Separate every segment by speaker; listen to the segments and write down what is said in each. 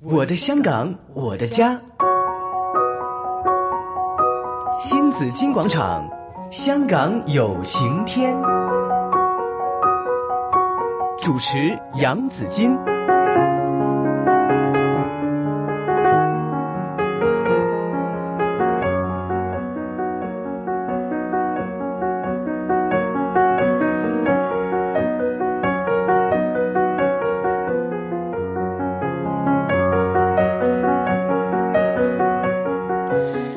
Speaker 1: 我的香港，我的家。新紫金广场，香港有晴天。主持杨紫金。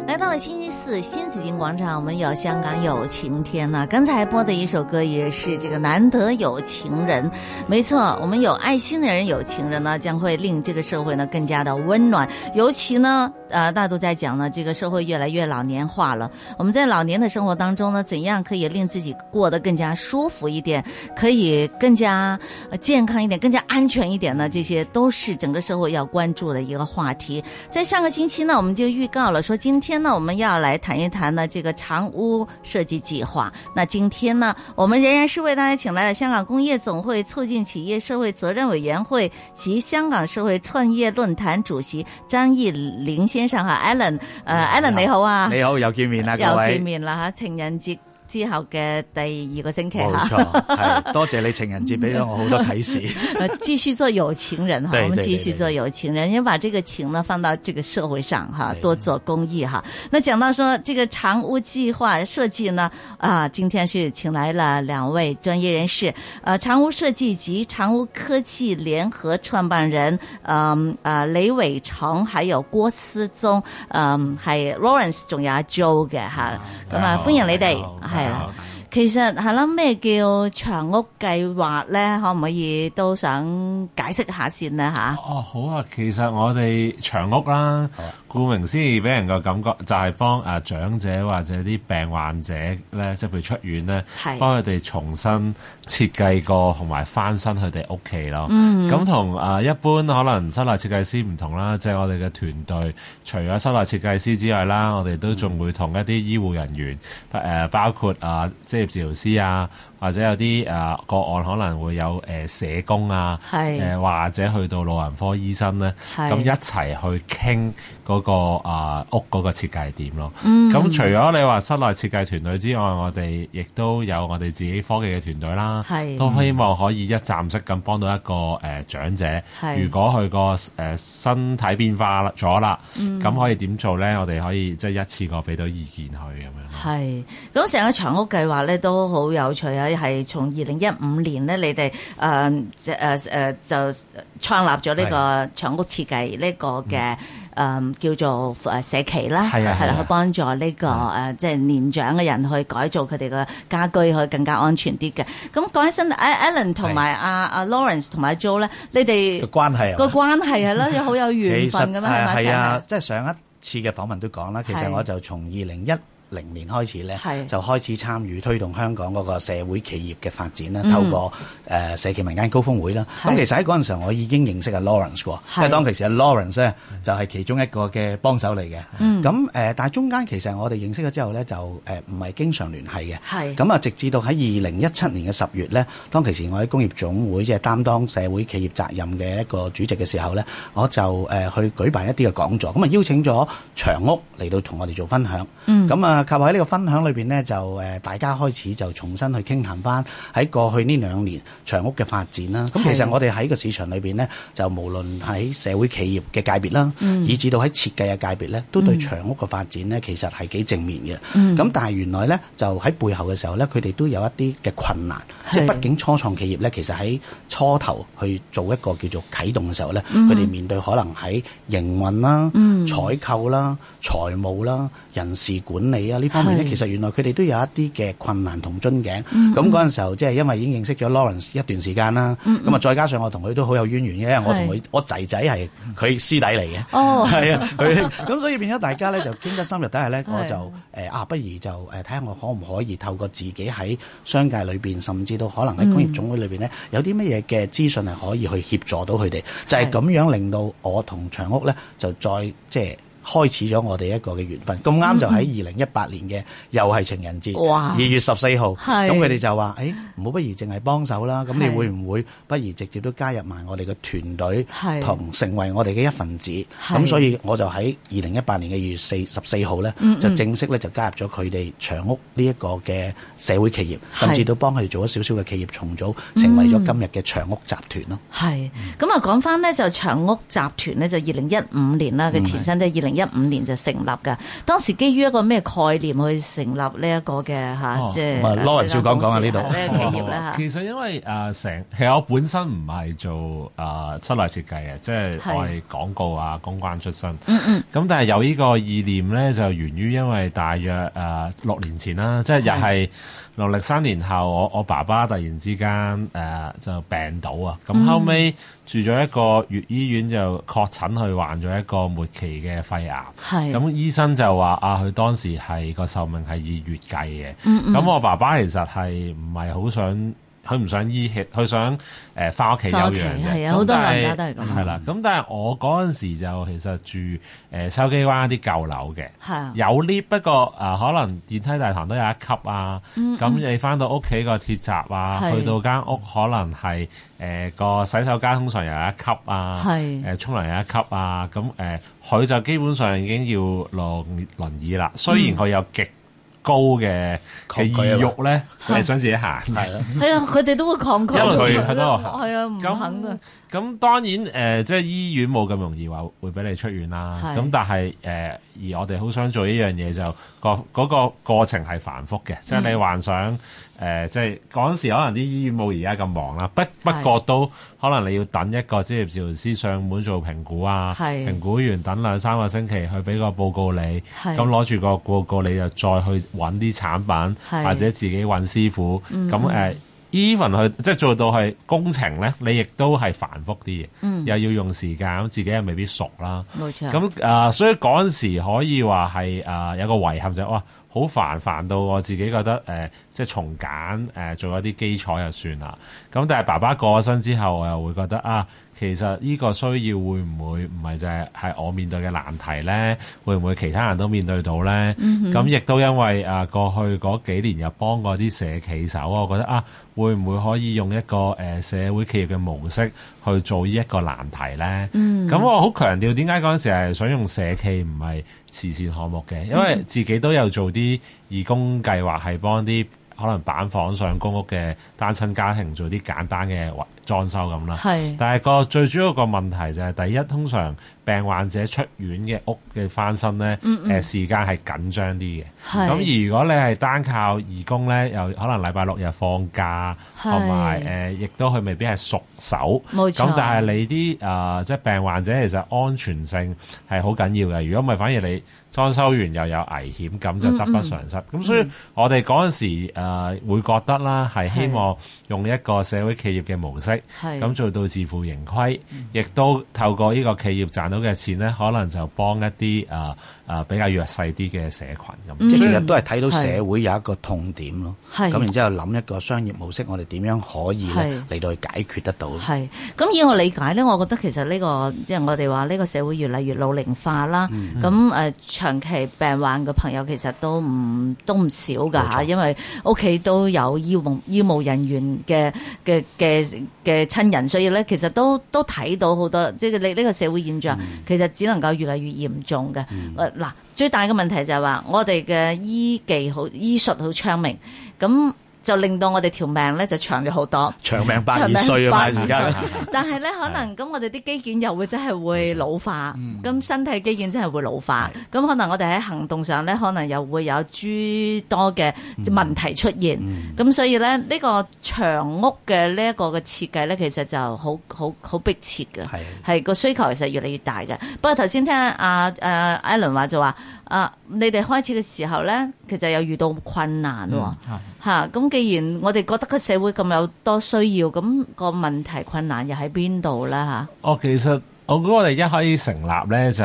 Speaker 2: 来到了星期四，新紫金广场，我们有香港有晴天呐、刚才播的一首歌也是这个难得有情人，没错，我们有爱心的人，有情人呢，将会令这个社会呢更加的温暖。尤其呢，呃，大家都在讲呢，这个社会越来越老年化了。我们在老年的生活当中呢，怎样可以令自己过得更加舒服一点，可以更加呃健康一点，更加安全一点呢？这些都是整个社会要关注的一个话题。在上个星期呢，我们就预告了说，今天呢，我们要来谈一谈呢这个长屋设计计划。那今天呢，我们仍然是为大家请来了香港工业总会促进企业社会责任委员会及香港社会创业论坛主席张义林先生哈，Alan，诶，Alan 你好啊，
Speaker 3: 你好，又見面啦，各
Speaker 2: 又
Speaker 3: 位
Speaker 2: 見。面啦吓，情人節之後嘅第二個星期
Speaker 3: 冇
Speaker 2: 吓，
Speaker 3: 錯，係多謝你情人節俾咗我好多啟示。
Speaker 2: 呃 继续做有情人哈，
Speaker 3: 对
Speaker 2: 我们
Speaker 3: 对
Speaker 2: 继
Speaker 3: 对
Speaker 2: 续
Speaker 3: 对
Speaker 2: 做有情人，也把这个情呢放到这个社会上哈，
Speaker 3: 对
Speaker 2: 多做公益哈。那讲到说这个长屋计划设计呢，啊，今天是请来了两位专业人士，呃，长屋设计及长屋科技联合创办人，嗯、呃，李伟成，还有郭思宗，嗯、係 Lawrence，仲有阿 Joe 嘅吓，咁啊，歡迎你哋，係啦。其實係啦，咩叫長屋計劃咧？可唔可以都想解釋下先咧吓？
Speaker 4: 哦，好啊！其實我哋長屋啦，顧名思義，俾人個感覺就係幫啊長者或者啲病患者咧，即係譬如出院咧
Speaker 2: 係，
Speaker 4: 幫佢哋重新設計過同埋翻新佢哋屋企咯。咁同啊一般可能室內設計師唔同啦，即係我哋嘅團隊，除咗室內設計師之外啦，我哋都仲會同一啲醫護人員，誒、包括啊職業治療師啊，或者有啲誒、啊個案可能會有誒、社工啊，
Speaker 2: 係
Speaker 4: 誒或者去到老人科醫生咧，
Speaker 2: 係
Speaker 4: 咁一齊去傾嗰、個啊、屋嗰個設計點咯。咁、除咗你話室內設計團隊之外，我哋亦都有我哋自己科技嘅團隊啦
Speaker 2: 係，
Speaker 4: 都希望可以一站式咁幫到一個誒、呃、長者。
Speaker 2: 係
Speaker 4: 如果佢個誒身體變化啦咗啦，咁、可以點做咧？我哋可以即係一次過俾到意見佢咁樣咯。
Speaker 2: 係咁成個長屋計劃咧都好有趣啊！係從二零一五年咧，你哋誒即誒誒就創立咗呢個長屋設計呢個
Speaker 3: 嗯
Speaker 2: 嘅。誒、叫做誒社企啦，
Speaker 4: 係啊係啊
Speaker 2: 啦，去幫助呢、個誒、
Speaker 3: 嗯
Speaker 2: 呃即係年長嘅人去改造佢哋嘅家居，去更加安全啲嘅。咁講起身阿，Alan 同埋阿阿 Lawrence 同埋阿 Joe 咧，你哋
Speaker 3: 個關係啊
Speaker 2: 個關係 係啦，又好有緣
Speaker 3: 其實
Speaker 2: 分咁樣喺埋一
Speaker 3: 係
Speaker 2: 齊
Speaker 3: 啊
Speaker 2: 啊，
Speaker 3: 即係上一次嘅訪問都講啦，其
Speaker 2: 係
Speaker 3: 實我就從二零一零年開始咧
Speaker 2: 係，
Speaker 3: 就開始參與推動香港嗰個社會企業嘅發展
Speaker 2: 嗯
Speaker 3: 啦，透過誒社企民間高峰會啦。
Speaker 2: 係
Speaker 3: 咁其實喺嗰陣時候，我已經認識阿 Lawrence 喎，
Speaker 2: 係
Speaker 3: 即係當其時阿 Lawrence 咧就係其中一個嘅幫手嚟嘅。
Speaker 2: 嗯
Speaker 3: 咁誒，但係中間其實我哋認識咗之後咧，就誒唔係經常聯繫嘅。
Speaker 2: 係
Speaker 3: 咁啊，直至到喺二零一七年嘅十月咧，當其時我喺工業總會即係擔當社會企業責任嘅一個主席嘅時候咧，我就誒、呃去舉辦一啲嘅講座，咁啊邀請咗長屋嚟到同我哋做分享。嗯，咁啊，及後喺呢個分享裏邊咧，就誒、呃大家開始就重新去傾談翻喺過去呢兩年長屋嘅發展啦。咁其實
Speaker 2: 係
Speaker 3: 我哋喺個市場裏邊咧，就無論喺社會企業嘅界別啦，以至到喺設計嘅界別咧，都對長屋嘅發展咧，其實係幾正面嘅。咁、但係原來咧，就喺背後嘅時候咧，佢哋都有一啲嘅困難，即係
Speaker 2: 係
Speaker 3: 畢竟初創企業咧，其實喺初頭去做一個叫做啟動嘅時候咧，佢哋、面對可能喺營運啦、採購啦、財務啦、人事管理啊呢方面咧，
Speaker 2: 係
Speaker 3: 其實原來佢哋都有一啲嘅困難同樽頸。咁嗰陣時候，即係因為已經認識咗 Lawrence 一段時間啦，咁啊再加上我同佢都好有淵源嘅，因為我同
Speaker 2: 係
Speaker 3: 佢我仔仔係佢師弟嚟嘅。
Speaker 2: 哦，
Speaker 3: 係 啊，佢咁所以變咗大家咧就傾得深入底下咧，我就
Speaker 2: 係
Speaker 3: 誒、啊，不如就誒睇下我可唔可以透過自己喺商界裏邊，甚至到可能喺
Speaker 2: 嗯
Speaker 3: 工業總會裏邊咧，有啲乜嘢嘅資訊係可以去協助到佢哋，就係、
Speaker 2: 係
Speaker 3: 咁樣令到我同長屋咧就再即係。開始咗我哋一個嘅緣分。咁啱就喺二零一八年嘅又係情人節，
Speaker 2: 嗯哇
Speaker 3: 二月十四號，
Speaker 2: 係
Speaker 3: 咁佢哋就話：，誒、唔好不如淨係幫手啦，咁你
Speaker 2: 係
Speaker 3: 會唔會不如直接都加入埋我哋嘅團隊
Speaker 2: 係，
Speaker 3: 同成為我哋嘅一份子？
Speaker 2: 係
Speaker 3: 咁所以我就喺二零一八年嘅二月四十四號咧，就正式咧就加入咗佢哋長屋呢一個嘅社會企業，甚
Speaker 2: 係
Speaker 3: 至到幫佢哋做咗少少嘅企業重組，成為咗今日嘅長屋集團咯。
Speaker 2: 係，咁啊講翻咧就長屋集團咧就二零一五年啦，
Speaker 4: 嗯
Speaker 2: 嘅前身即係二零一五年就成立嘅。當時基於一個咩概念去成立呢一個嘅吓，
Speaker 4: 哦
Speaker 2: 即係
Speaker 3: 咁啊，Lawrence
Speaker 2: 呢
Speaker 3: 要
Speaker 2: 間
Speaker 3: 講講啊
Speaker 2: 公司
Speaker 3: 呢度
Speaker 2: 啊 呢個企業啦吓。
Speaker 4: 其實因為誒成、其實我本身唔係做啊誒室內設計嘅，即係
Speaker 2: 係
Speaker 4: 我係廣告啊公關出身。嗯嗯。咁但係有呢個意念咧，就源於因為大約誒六、年前啦，即係又係農曆新年後，我我爸爸突然之間誒、就病倒啊，咁後尾住咗一個月醫院就確診佢患咗一個末期嘅肺癌。
Speaker 2: 係
Speaker 4: 咁醫生就話啊，佢當時係個壽命係以月計嘅。咁、
Speaker 2: 嗯
Speaker 4: 我爸爸其實係唔係好想，佢唔想醫氣，佢想誒翻屋企休
Speaker 2: 返屋企
Speaker 4: 養嘅。
Speaker 2: 係啊
Speaker 4: 咁
Speaker 2: 好多
Speaker 4: 但
Speaker 2: 老人家都係咁
Speaker 4: 係啦，咁但係我嗰陣時就其實住誒、呃、筲箕灣一啲舊樓嘅。
Speaker 2: 係啊
Speaker 4: 有 lift，不過誒、呃可能電梯大堂都有一級啊。咁、你翻到屋企個鐵閘啊，
Speaker 2: 嗯係
Speaker 4: 去到間屋可能係誒個洗手間通常有一級啊，
Speaker 2: 係
Speaker 4: 誒沖涼有一級啊。咁誒佢就基本上已經要落輪椅啦。雖
Speaker 2: 嗯
Speaker 4: 然佢有極高嘅嘅
Speaker 3: 抗拒啊
Speaker 4: 意欲咧，係想自己行。
Speaker 3: 係啦。
Speaker 2: 係啊，佢哋都會抗拒，
Speaker 4: 因 為佢
Speaker 2: 係
Speaker 4: 喺嗰度
Speaker 2: 係啊，唔肯嘅。
Speaker 4: 咁當然誒、呃即係醫院冇咁容易話會俾你出院啦。
Speaker 2: 係
Speaker 4: 咁但係誒、呃而我哋好想做呢樣嘢，就個嗰、個過程係繁複嘅，
Speaker 2: 嗯
Speaker 4: 即係你幻想誒、呃即係嗰陣時可能啲醫院冇而家咁忙啦，不不
Speaker 2: 係
Speaker 4: 過都可能你要等一個職業治療師上門做評估啊，
Speaker 2: 係
Speaker 4: 評估完等兩三個星期，去俾個報告你，
Speaker 2: 係
Speaker 4: 咁攞住個報告你就再去揾啲產品
Speaker 2: 係
Speaker 4: 或者自己揾師傅，咁誒 even 佢即係做到係工程咧，你亦都係繁複啲嘅，又要用時間，咁自己又未必熟啦。
Speaker 2: 冇錯。
Speaker 4: 咁啊、呃所以嗰陣時可以話係啊有個遺憾就係哇，好煩煩到我自己覺得誒、呃即係從簡誒、呃做一啲基礎就算啦。咁但係爸爸過咗身之後，我又會覺得啊，其實呢個需要會唔會唔係就係係我面對嘅難題咧？會唔會其他人都面對到咧？咁亦、都因為啊過去嗰幾年又幫過啲社企手，我覺得啊，會唔會可以用一個誒、呃社會企業嘅模式去做呢一個難題咧？咁、我好強調點解嗰陣時係想用社企唔係慈善項目嘅，因為自己都有做啲義工計劃，係幫啲。可能板房上公屋嘅單親家庭做啲簡單嘅維裝修咁啦，
Speaker 2: 係
Speaker 4: 但係個最主要個問題就係第一，通常病患者出院嘅屋嘅翻身咧，誒、時間係緊張啲嘅。
Speaker 2: 係
Speaker 4: 咁而如果你係單靠義工咧，又可能禮拜六日放假，
Speaker 2: 係
Speaker 4: 同埋誒，亦都佢未必係熟手。
Speaker 2: 冇錯
Speaker 4: 咁但係你啲誒、呃即係病患者其實安全性係好緊要嘅。如果唔係，反而你裝修完又有危險，咁
Speaker 2: 嗯
Speaker 4: 就得不償失。咁、所以我哋嗰陣時、呃、會覺得啦，係希
Speaker 2: 係
Speaker 4: 望用一個社會企業嘅模式。
Speaker 2: 係
Speaker 4: 咁做到自負盈虧，亦都透過呢個企業賺到嘅錢咧，可能就幫一啲誒誒比較弱勢啲嘅社群
Speaker 2: 嗯
Speaker 4: 咁。
Speaker 3: 即係其實都係睇到
Speaker 2: 係
Speaker 3: 社會有一個痛點咯，
Speaker 2: 係
Speaker 3: 咁然之後諗一個商業模式，我哋點樣可以咧嚟到去解決得到？
Speaker 2: 係，咁以我理解咧，我覺得其實呢、個即係我哋話呢個社會越嚟越老齡化啦。咁誒、呃長期病患嘅朋友其實都唔都唔少㗎嚇，因為屋企都有醫務醫務人員嘅嘅嘅嘅親人，所以咧其實都都睇到好多，即係你呢個社會現象、其實只能夠越嚟越嚴重嘅。誒嗱、最大嘅問題就係話我哋嘅醫技好醫術好昌明，咁就令到我哋條命咧就長咗好多。
Speaker 3: 長命百二歲啊嘛，而家
Speaker 2: 但係咧，可能咁我哋啲肌腱又會真係會老化，
Speaker 3: 嗯
Speaker 2: 咁身體肌腱真係會老化，咁可能我哋喺行動上咧，可能又會有諸多嘅
Speaker 3: 嗯
Speaker 2: 問題出現。咁所以咧，呢個長屋嘅呢一個嘅設計咧，其實就好好好迫切嘅，
Speaker 3: 係
Speaker 2: 係個需求其實越嚟越大嘅。不過頭先聽阿誒 Alan 話就話，啊你哋開始嘅時候咧，其實有遇到困
Speaker 4: 嗯
Speaker 2: 難喎。吓，咁既然我哋覺得個社會咁有多需要，咁、個問題困難又喺邊度啦？
Speaker 4: 我哦其實我估我哋一開始成立咧就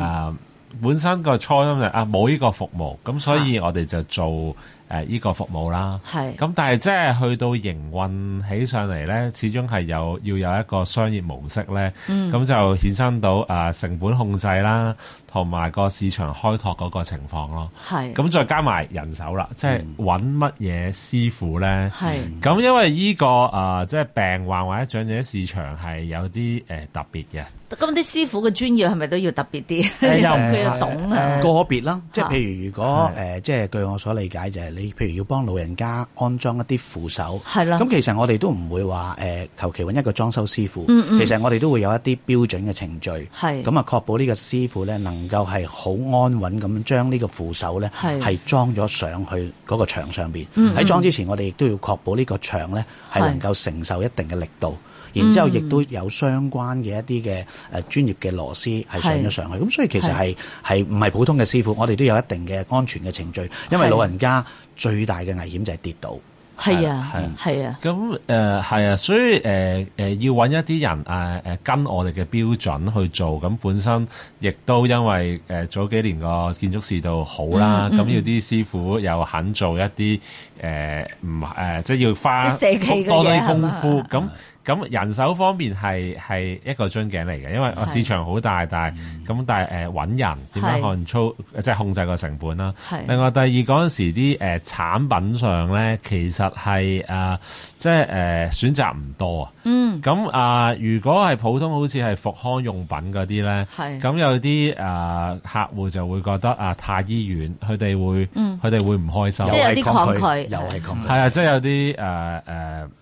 Speaker 4: 啊誒、本身個初心就啊冇呢個服務，咁所以我哋就做誒、誒依個服務啦。
Speaker 2: 係
Speaker 4: 咁但係即係去到營運起上嚟咧，始終係有要有一個商業模式咧，咁、就衍生到誒、呃成本控制啦，同埋個市場開拓嗰個情況咯。
Speaker 2: 係
Speaker 4: 咁再加埋人手啦，即係揾乜嘢師傅咧？
Speaker 2: 係
Speaker 4: 咁因為呢、個呃即係病患或者長者市場係有啲誒、呃特別嘅，
Speaker 2: 咁啲師傅嘅專業係咪都要特別啲？
Speaker 4: 誒又唔
Speaker 2: 佢要
Speaker 4: 係
Speaker 2: 懂啊，
Speaker 3: 個別啦，即係
Speaker 2: 嚇
Speaker 3: 譬如如果誒、呃即係據我所理解就係你，譬如要幫老人家安裝一啲扶手，
Speaker 2: 係啦
Speaker 3: 咁其實我哋都唔會話誒求其揾一個裝修師傅，其實我哋都會有一啲標準嘅程序，
Speaker 2: 嗯係
Speaker 3: 咁啊確保呢個師傅咧能夠係好安穩咁將呢個扶手咧
Speaker 2: 係嗯
Speaker 3: 係裝咗上去嗰個牆上邊。喺、裝之前，我哋亦都要確保呢個牆咧係
Speaker 2: 係嗯
Speaker 3: 能夠承受一定嘅力度。然之後，亦都有相關嘅一啲嘅誒專業嘅螺絲係上咗
Speaker 2: 係
Speaker 3: 上去，咁所以其實係係唔係普通嘅師傅，我哋都有一定嘅安全嘅程序，因為
Speaker 2: 係
Speaker 3: 老人家最大嘅危險就係跌倒。
Speaker 2: 係啊
Speaker 4: 係啊，
Speaker 2: 係啊，
Speaker 4: 咁誒係啊，所以誒誒、呃要揾一啲人誒誒、呃跟我哋嘅標準去做，咁本身亦都因為誒、呃早幾年個建築市道好
Speaker 2: 嗯
Speaker 4: 啦，咁、要啲師傅又肯做一啲誒唔誒，即係要花
Speaker 2: 即係社企嘅嘢
Speaker 4: 多啲
Speaker 2: 係
Speaker 4: 功
Speaker 2: 嘛啊
Speaker 4: 夫，咁咁人手方面係係一個樽頸嚟嘅，因為
Speaker 2: 係嗯
Speaker 4: 市場好大，但係咁但係誒揾人
Speaker 2: 係
Speaker 4: 點樣控操，即係控制個成本啦。
Speaker 2: 係
Speaker 4: 另外第二嗰陣時啲誒、呃、產品上咧，其實係誒、呃即係誒、呃、選擇唔多啊。
Speaker 2: 嗯，
Speaker 4: 咁啊、呃如果係普通好似係復康用品嗰啲咧，
Speaker 2: 係
Speaker 4: 咁有啲誒、呃客戶就會覺得啊太醫院，佢哋會
Speaker 2: 嗯
Speaker 4: 佢哋、會唔開心
Speaker 2: 即。係有啲抗拒
Speaker 3: 又係又係抗拒
Speaker 4: 係。啊，即係有啲誒誒誒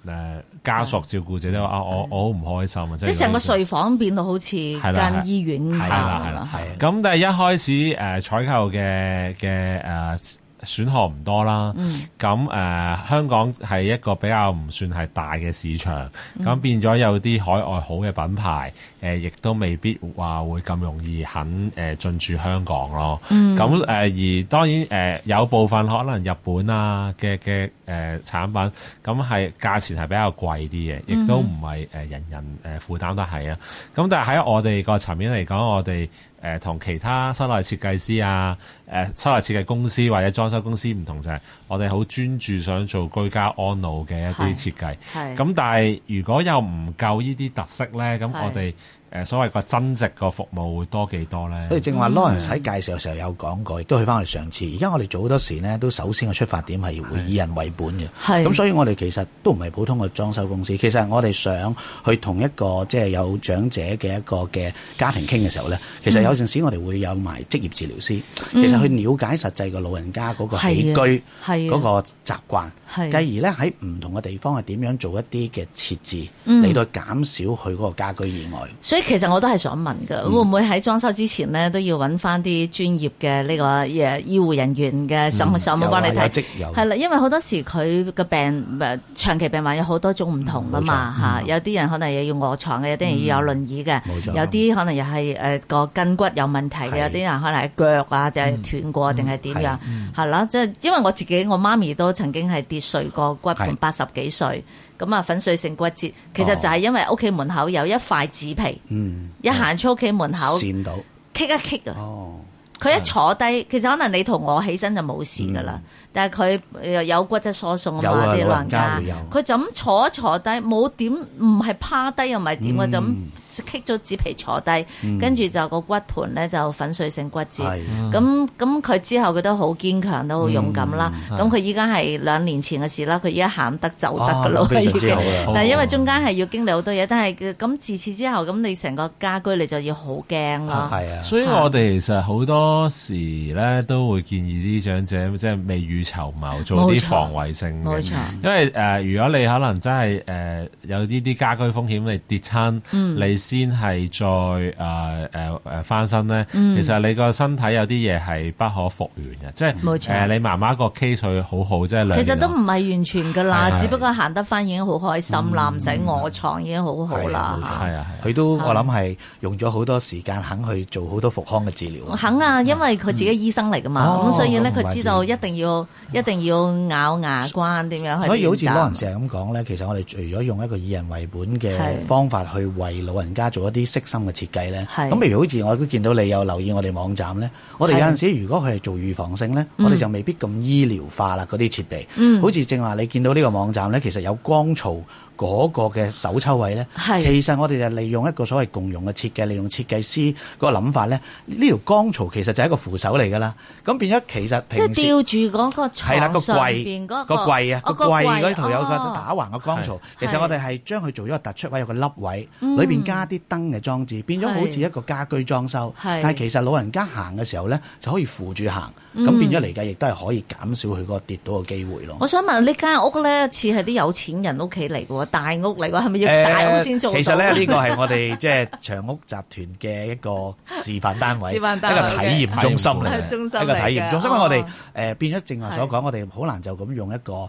Speaker 4: 呃家屬照顧者都話啊，我我好唔開心啊！
Speaker 2: 即係成個
Speaker 4: 如果
Speaker 2: 睡房變到好似
Speaker 4: 係啦
Speaker 2: 間醫院咁啊
Speaker 3: 係
Speaker 4: 啦
Speaker 2: 係嘛
Speaker 3: 係啦
Speaker 4: 咁但係一開始誒、呃、採購嘅嘅誒選項唔多啦，咁誒、呃香港係一個比較唔算係大嘅市場，咁、變咗有啲海外好嘅品牌誒，亦、都未必話會咁容易肯誒、呃、進駐香港咯。咁誒、呃而當然誒、呃有部分可能日本啊嘅嘅誒產品，咁係價錢係比較貴啲嘅，
Speaker 2: 嗯
Speaker 4: 亦都唔係誒人人誒負擔得起啊。咁但係喺我哋個層面嚟講，我哋誒同其他室內設計師啊、誒、室內設計公司或者裝修公司唔同就係、我哋好專注想做居家安老嘅一啲設計。
Speaker 2: 係
Speaker 4: 咁但係如果又唔夠呢啲特色咧，咁
Speaker 2: 係
Speaker 4: 我哋誒、呃所謂個增值個服務會多幾多咧？
Speaker 3: 所以
Speaker 2: 嗯
Speaker 3: 正話 Lawrence 喺介紹嘅時候有講過，亦都去翻我哋上次。而家我哋做好多時呢，都首先嘅出發點係會以人為本嘅。
Speaker 2: 係
Speaker 3: 咁所以我哋其實都唔係普通嘅裝修公司，其實我哋想去同一個即係有長者嘅一個嘅家庭傾嘅時候呢，其實有
Speaker 2: 嗯
Speaker 3: 陣時我哋會有埋職業治療師，其實去了解實際個老人家嗰個起居
Speaker 2: 係啊係啊
Speaker 3: 嗰個習慣，
Speaker 2: 係
Speaker 3: 繼而呢，喺唔同嘅地方係點樣做一啲嘅設置，
Speaker 2: 嗯
Speaker 3: 嚟到減少佢嗰個家居意外。
Speaker 2: 所以其實我都係想問嘅，
Speaker 3: 嗯
Speaker 2: 會唔會喺裝修之前呢，都要揾翻啲專業嘅呢個誒醫護人員嘅上上
Speaker 3: 有
Speaker 2: 網幫你
Speaker 3: 啊有
Speaker 2: 睇
Speaker 3: 職？有
Speaker 2: 係啦，因為好多時佢嘅病誒長期病患有好多種唔同噶
Speaker 3: 嗯
Speaker 2: 嘛嚇，有啲人可能又要卧床嘅，有啲人要有輪椅嘅，
Speaker 3: 冇錯
Speaker 2: 有啲可能又係誒個筋骨有問題嘅，
Speaker 3: 係
Speaker 2: 有啲人可能係腳
Speaker 3: 嗯
Speaker 2: 啊定係斷過定係點樣係啦，即係因為我自己我媽咪都曾經係跌碎過骨
Speaker 3: 係
Speaker 2: 盤，八十幾歲咁啊粉碎性骨折，其實
Speaker 3: 哦
Speaker 2: 就係因為屋企門口有一塊紙皮，
Speaker 3: 嗯，
Speaker 2: 一行出屋企門口
Speaker 3: 跣到
Speaker 2: 棘一棘啊！
Speaker 3: 哦。
Speaker 2: 佢一坐低，其實可能你同我起身就冇事噶啦，但係佢呃有骨質疏鬆啊
Speaker 3: 嗯有啊
Speaker 2: 嘛，啲
Speaker 3: 老
Speaker 2: 老
Speaker 3: 人
Speaker 2: 人
Speaker 3: 家
Speaker 2: 家
Speaker 3: 會有，
Speaker 2: 佢就咁坐一坐低，冇點唔係趴低又唔係點啊，
Speaker 3: 嗯
Speaker 2: 就咁棘咗紙皮坐低，跟住就個骨盤咧就粉碎性骨折。
Speaker 3: 係
Speaker 2: 咁咁佢之後佢都好堅強，都好勇敢啦。
Speaker 3: 嗯
Speaker 2: 咁佢依家係兩年前嘅事啦，佢依家行得走得噶
Speaker 3: 啊
Speaker 2: 咯，
Speaker 3: 非
Speaker 2: 已
Speaker 3: 常之
Speaker 2: 經
Speaker 3: 好啦。哦
Speaker 2: 但係因為中間係要經歷好多嘢，但係咁自此之後，咁你成個家居你就要好驚啦。
Speaker 3: 係啊，
Speaker 4: 所以我哋其實好多時咧都會建議啲長者即係未雨綢繆做
Speaker 2: 冇
Speaker 4: 啲
Speaker 2: 錯
Speaker 4: 防衞性嘅
Speaker 2: 冇錯
Speaker 4: 因為誒、呃如果你可能真係誒、呃有呢啲家居風險，你跌親，
Speaker 2: 嗯
Speaker 4: 你先係再呃誒誒誒翻身咧，
Speaker 2: 嗯
Speaker 4: 其實你個身體有啲嘢係不可復原嘅，即係
Speaker 2: 冇
Speaker 4: 誒、
Speaker 2: 錯
Speaker 4: 你媽媽個 case 佢好好，即係兩
Speaker 2: 其實
Speaker 4: 年
Speaker 2: 都
Speaker 4: 後
Speaker 2: 唔係完全噶啦，
Speaker 4: 係
Speaker 2: 只不過行得翻已經好開心啦，唔使卧床已經好好啦
Speaker 3: 嗯係冇錯
Speaker 2: 嚇
Speaker 4: 係啊係啊
Speaker 3: 佢都我諗係用咗好多時間肯去做好多復康嘅治療
Speaker 2: 我
Speaker 3: 啊。
Speaker 2: 肯啊，因為佢自己醫生嚟噶嘛，
Speaker 3: 哦
Speaker 2: 咁所以咧
Speaker 3: 咁唔
Speaker 2: 佢
Speaker 3: 怪
Speaker 2: 知
Speaker 3: 之
Speaker 2: 道一定要一定要咬牙關點樣去
Speaker 3: 所以好
Speaker 2: 練
Speaker 3: 似
Speaker 2: 習
Speaker 3: 老人成日咁講咧，其實我哋除咗用一個以人為本
Speaker 2: 係
Speaker 3: 嘅方法去為老人家做一啲悉心嘅設計咧，
Speaker 2: 係
Speaker 3: 咁譬如好似我都見到你有留意我哋網站咧，我哋有陣時如果佢係做預防性咧，
Speaker 2: 嗯
Speaker 3: 我哋就未必咁醫療化啦嗰啲設備，好似正話你見到呢個網站咧，其實有光槽。嗰個嘅手抽位咧，
Speaker 2: 係
Speaker 3: 其實我哋就利用一個所謂共用嘅設計，利用設計師個諗法咧，呢條光槽其實就係一個扶手嚟㗎啦。咁變咗其實
Speaker 2: 即
Speaker 3: 平
Speaker 2: 係
Speaker 3: 時
Speaker 2: 吊住嗰個
Speaker 3: 係啦，
Speaker 2: 床
Speaker 3: 個
Speaker 2: 上
Speaker 3: 櫃
Speaker 2: 邊嗰
Speaker 3: 個櫃啊，
Speaker 2: 哦
Speaker 3: 個櫃嗰度有個
Speaker 2: 哦嗯
Speaker 3: 打橫嘅光槽。其
Speaker 2: 係
Speaker 3: 實我哋係將佢做咗個突出位，有個凹位，裏邊加啲燈嘅裝置，變咗好似一個家居裝修。
Speaker 2: 係
Speaker 3: 但係其實老人家行嘅時候咧，就可以扶住行，
Speaker 2: 嗯
Speaker 3: 咁變咗嚟計，亦都係可以減少佢嗰個跌倒嘅機會咯
Speaker 2: 我。想問呢間屋咧，似係啲有錢人屋企嚟嘅喎，大屋嚟嘅喎，係咪要大屋
Speaker 3: 誒
Speaker 2: 先做到？
Speaker 3: 其實咧，呢個係我哋即係長屋集團嘅一個示範單位，
Speaker 2: 示
Speaker 3: 一個
Speaker 2: 範單位
Speaker 3: 體驗中心嚟
Speaker 2: 係中心
Speaker 3: 嘅，一
Speaker 2: 嚟嘅
Speaker 3: 個體驗中心。因為
Speaker 2: 哦
Speaker 3: 我哋誒變咗正話所講，我哋好難就咁用一呃個誒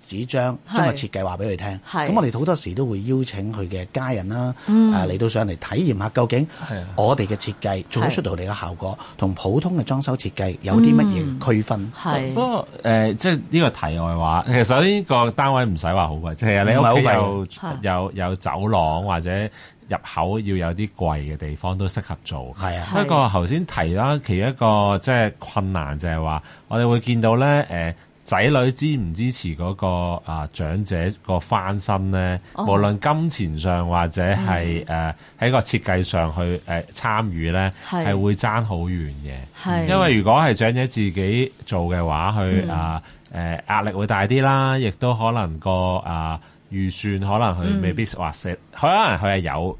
Speaker 3: 紙張將個
Speaker 2: 係
Speaker 3: 設計話俾佢聽。
Speaker 2: 係
Speaker 3: 咁我哋好多時都會邀請佢嘅家人啦，
Speaker 2: 嗯
Speaker 3: 啊嚟到上嚟體驗下究竟
Speaker 4: 係啊
Speaker 3: 我哋嘅設計做
Speaker 2: 係
Speaker 3: 出到嚟嘅效果，同普通嘅裝修設計有啲乜
Speaker 2: 嗯
Speaker 3: 嘢區分？
Speaker 2: 係
Speaker 4: 不過誒、呃即係呢個題外話。 其實首先個單位唔使話好貴，即係你
Speaker 3: 唔係好貴
Speaker 4: 屋企
Speaker 2: 係
Speaker 4: 有有有走廊或者入口要有啲貴嘅地方都適合做。
Speaker 3: 係啊，
Speaker 2: 係
Speaker 4: 不過頭先提啦，其一個即係困難就係話，我哋會見到咧誒。仔女支唔支持嗰、個啊長者個翻身咧？
Speaker 2: 哦嗯
Speaker 4: 無論金錢上或者係誒喺個設計上去誒、參與咧，
Speaker 2: 係
Speaker 4: 係會爭好遠嘅。
Speaker 2: 係嗯
Speaker 4: 因為如果係長者自己做嘅話，佢、啊誒壓力會大啲啦，亦都可能個啊預算可能
Speaker 2: 嗯
Speaker 4: 佢未必話寫，可能佢係有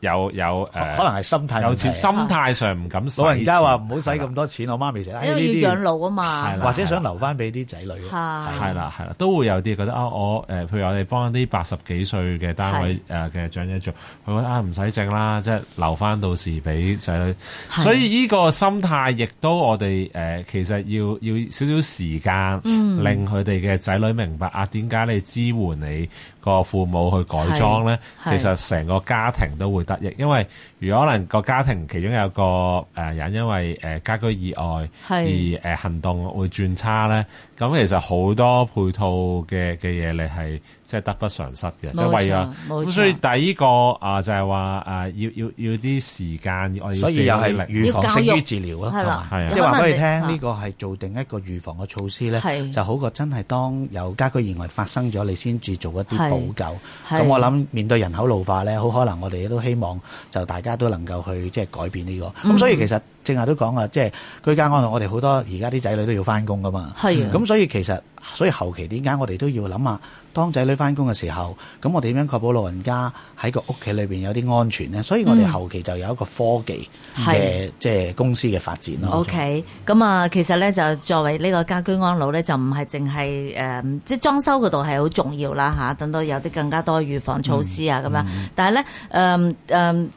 Speaker 4: 有有誒，
Speaker 3: 可能係心態
Speaker 4: 有
Speaker 3: 問題
Speaker 4: 錢，心態上唔敢使
Speaker 3: 老人家話
Speaker 4: 錢
Speaker 3: 唔好使咁多錢，我媽咪成日哎
Speaker 2: 因為
Speaker 3: 呢
Speaker 2: 要
Speaker 3: 啲
Speaker 2: 養老啊嘛
Speaker 4: 係，啦
Speaker 3: 或者想留翻俾啲仔女。
Speaker 2: 係
Speaker 4: 係啦，係啦，都會有啲覺得啊，我誒、呃譬如我哋幫啲八十幾歲嘅單位誒嘅長者做，佢覺得啊唔使整啦，即係留翻到時俾仔女。
Speaker 2: 係
Speaker 4: 所以呢個心態亦都我哋誒、呃其實要要少少時間，
Speaker 3: 嗯
Speaker 4: 令佢哋嘅仔女明白啊，點解你支援你個父母去改裝咧？其
Speaker 2: 係係
Speaker 4: 實成個家庭都會得益，因為如果可能個家庭其中有個誒、呃人因為誒、呃家居意外。
Speaker 2: 係
Speaker 4: 而誒呃行動會轉差咧，咁其實好多配套嘅嘅嘢，你係即係得不償失嘅，即係
Speaker 2: 冇
Speaker 4: 為
Speaker 2: 錯
Speaker 4: 咗。
Speaker 2: 冇
Speaker 4: 咁
Speaker 2: 錯，
Speaker 4: 所以第一個啊、就係話啊，要要要啲時間，我哋要
Speaker 3: 所以又係
Speaker 4: 自己力
Speaker 3: 預防勝於治療咯，
Speaker 2: 係
Speaker 3: 同
Speaker 2: 啦
Speaker 4: 係啊
Speaker 3: 埋即係話俾你
Speaker 2: 有可能
Speaker 3: 聽，
Speaker 2: 你
Speaker 3: 呢個係做定一個預防嘅措施咧，
Speaker 2: 係
Speaker 3: 就好過真係當有家居意外發生咗，你先至做一啲
Speaker 2: 係
Speaker 3: 補救。
Speaker 2: 係
Speaker 3: 咁我諗面對人口老化咧，好可能我哋都希望就大家都能夠去即係改變呢個。
Speaker 2: 嗯
Speaker 3: 咁所以其實正話都講啊，即係居家安老，我哋好多而家啲仔女都要翻工噶嘛。
Speaker 2: 係啊
Speaker 3: 咁所以其實，所以後期點解我哋都要諗下，啊當仔女翻工嘅時候，咁我哋點樣確保老人家喺個屋企裏邊有啲安全咧？所以我哋
Speaker 2: 嗯
Speaker 3: 後期就有一個科技嘅即係公司嘅發展咯。
Speaker 2: O K，咁啊，其實咧就作為呢個家居安老咧，就唔係淨係誒，即係裝修嗰度係好重要啦嚇，等到有啲更加多預防措施啊咁
Speaker 3: 嗯
Speaker 2: 樣。但係咧誒誒，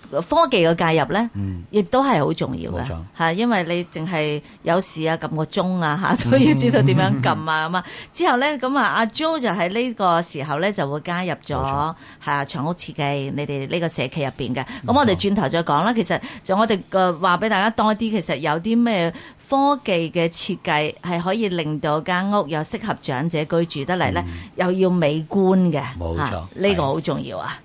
Speaker 2: 科技嘅介入咧，亦都係好重要嘅
Speaker 3: 嗯冇錯
Speaker 2: 嚇，因為你淨係有時啊撳個鐘啊 嚇，都要知道點樣撳啊咁啊。之後咧咁啊，阿 Jo 就喺呢個時候咧就會加入咗嚇長屋設計你哋呢個社企入邊嘅。咁我哋轉頭再講啦，其實就我哋嘅話俾大家多啲，其實有啲咩科技嘅設計係可以令到間屋又適合長者居住得嚟咧，又要美觀嘅，
Speaker 3: 冇錯
Speaker 2: 嚇呢個好重要啊！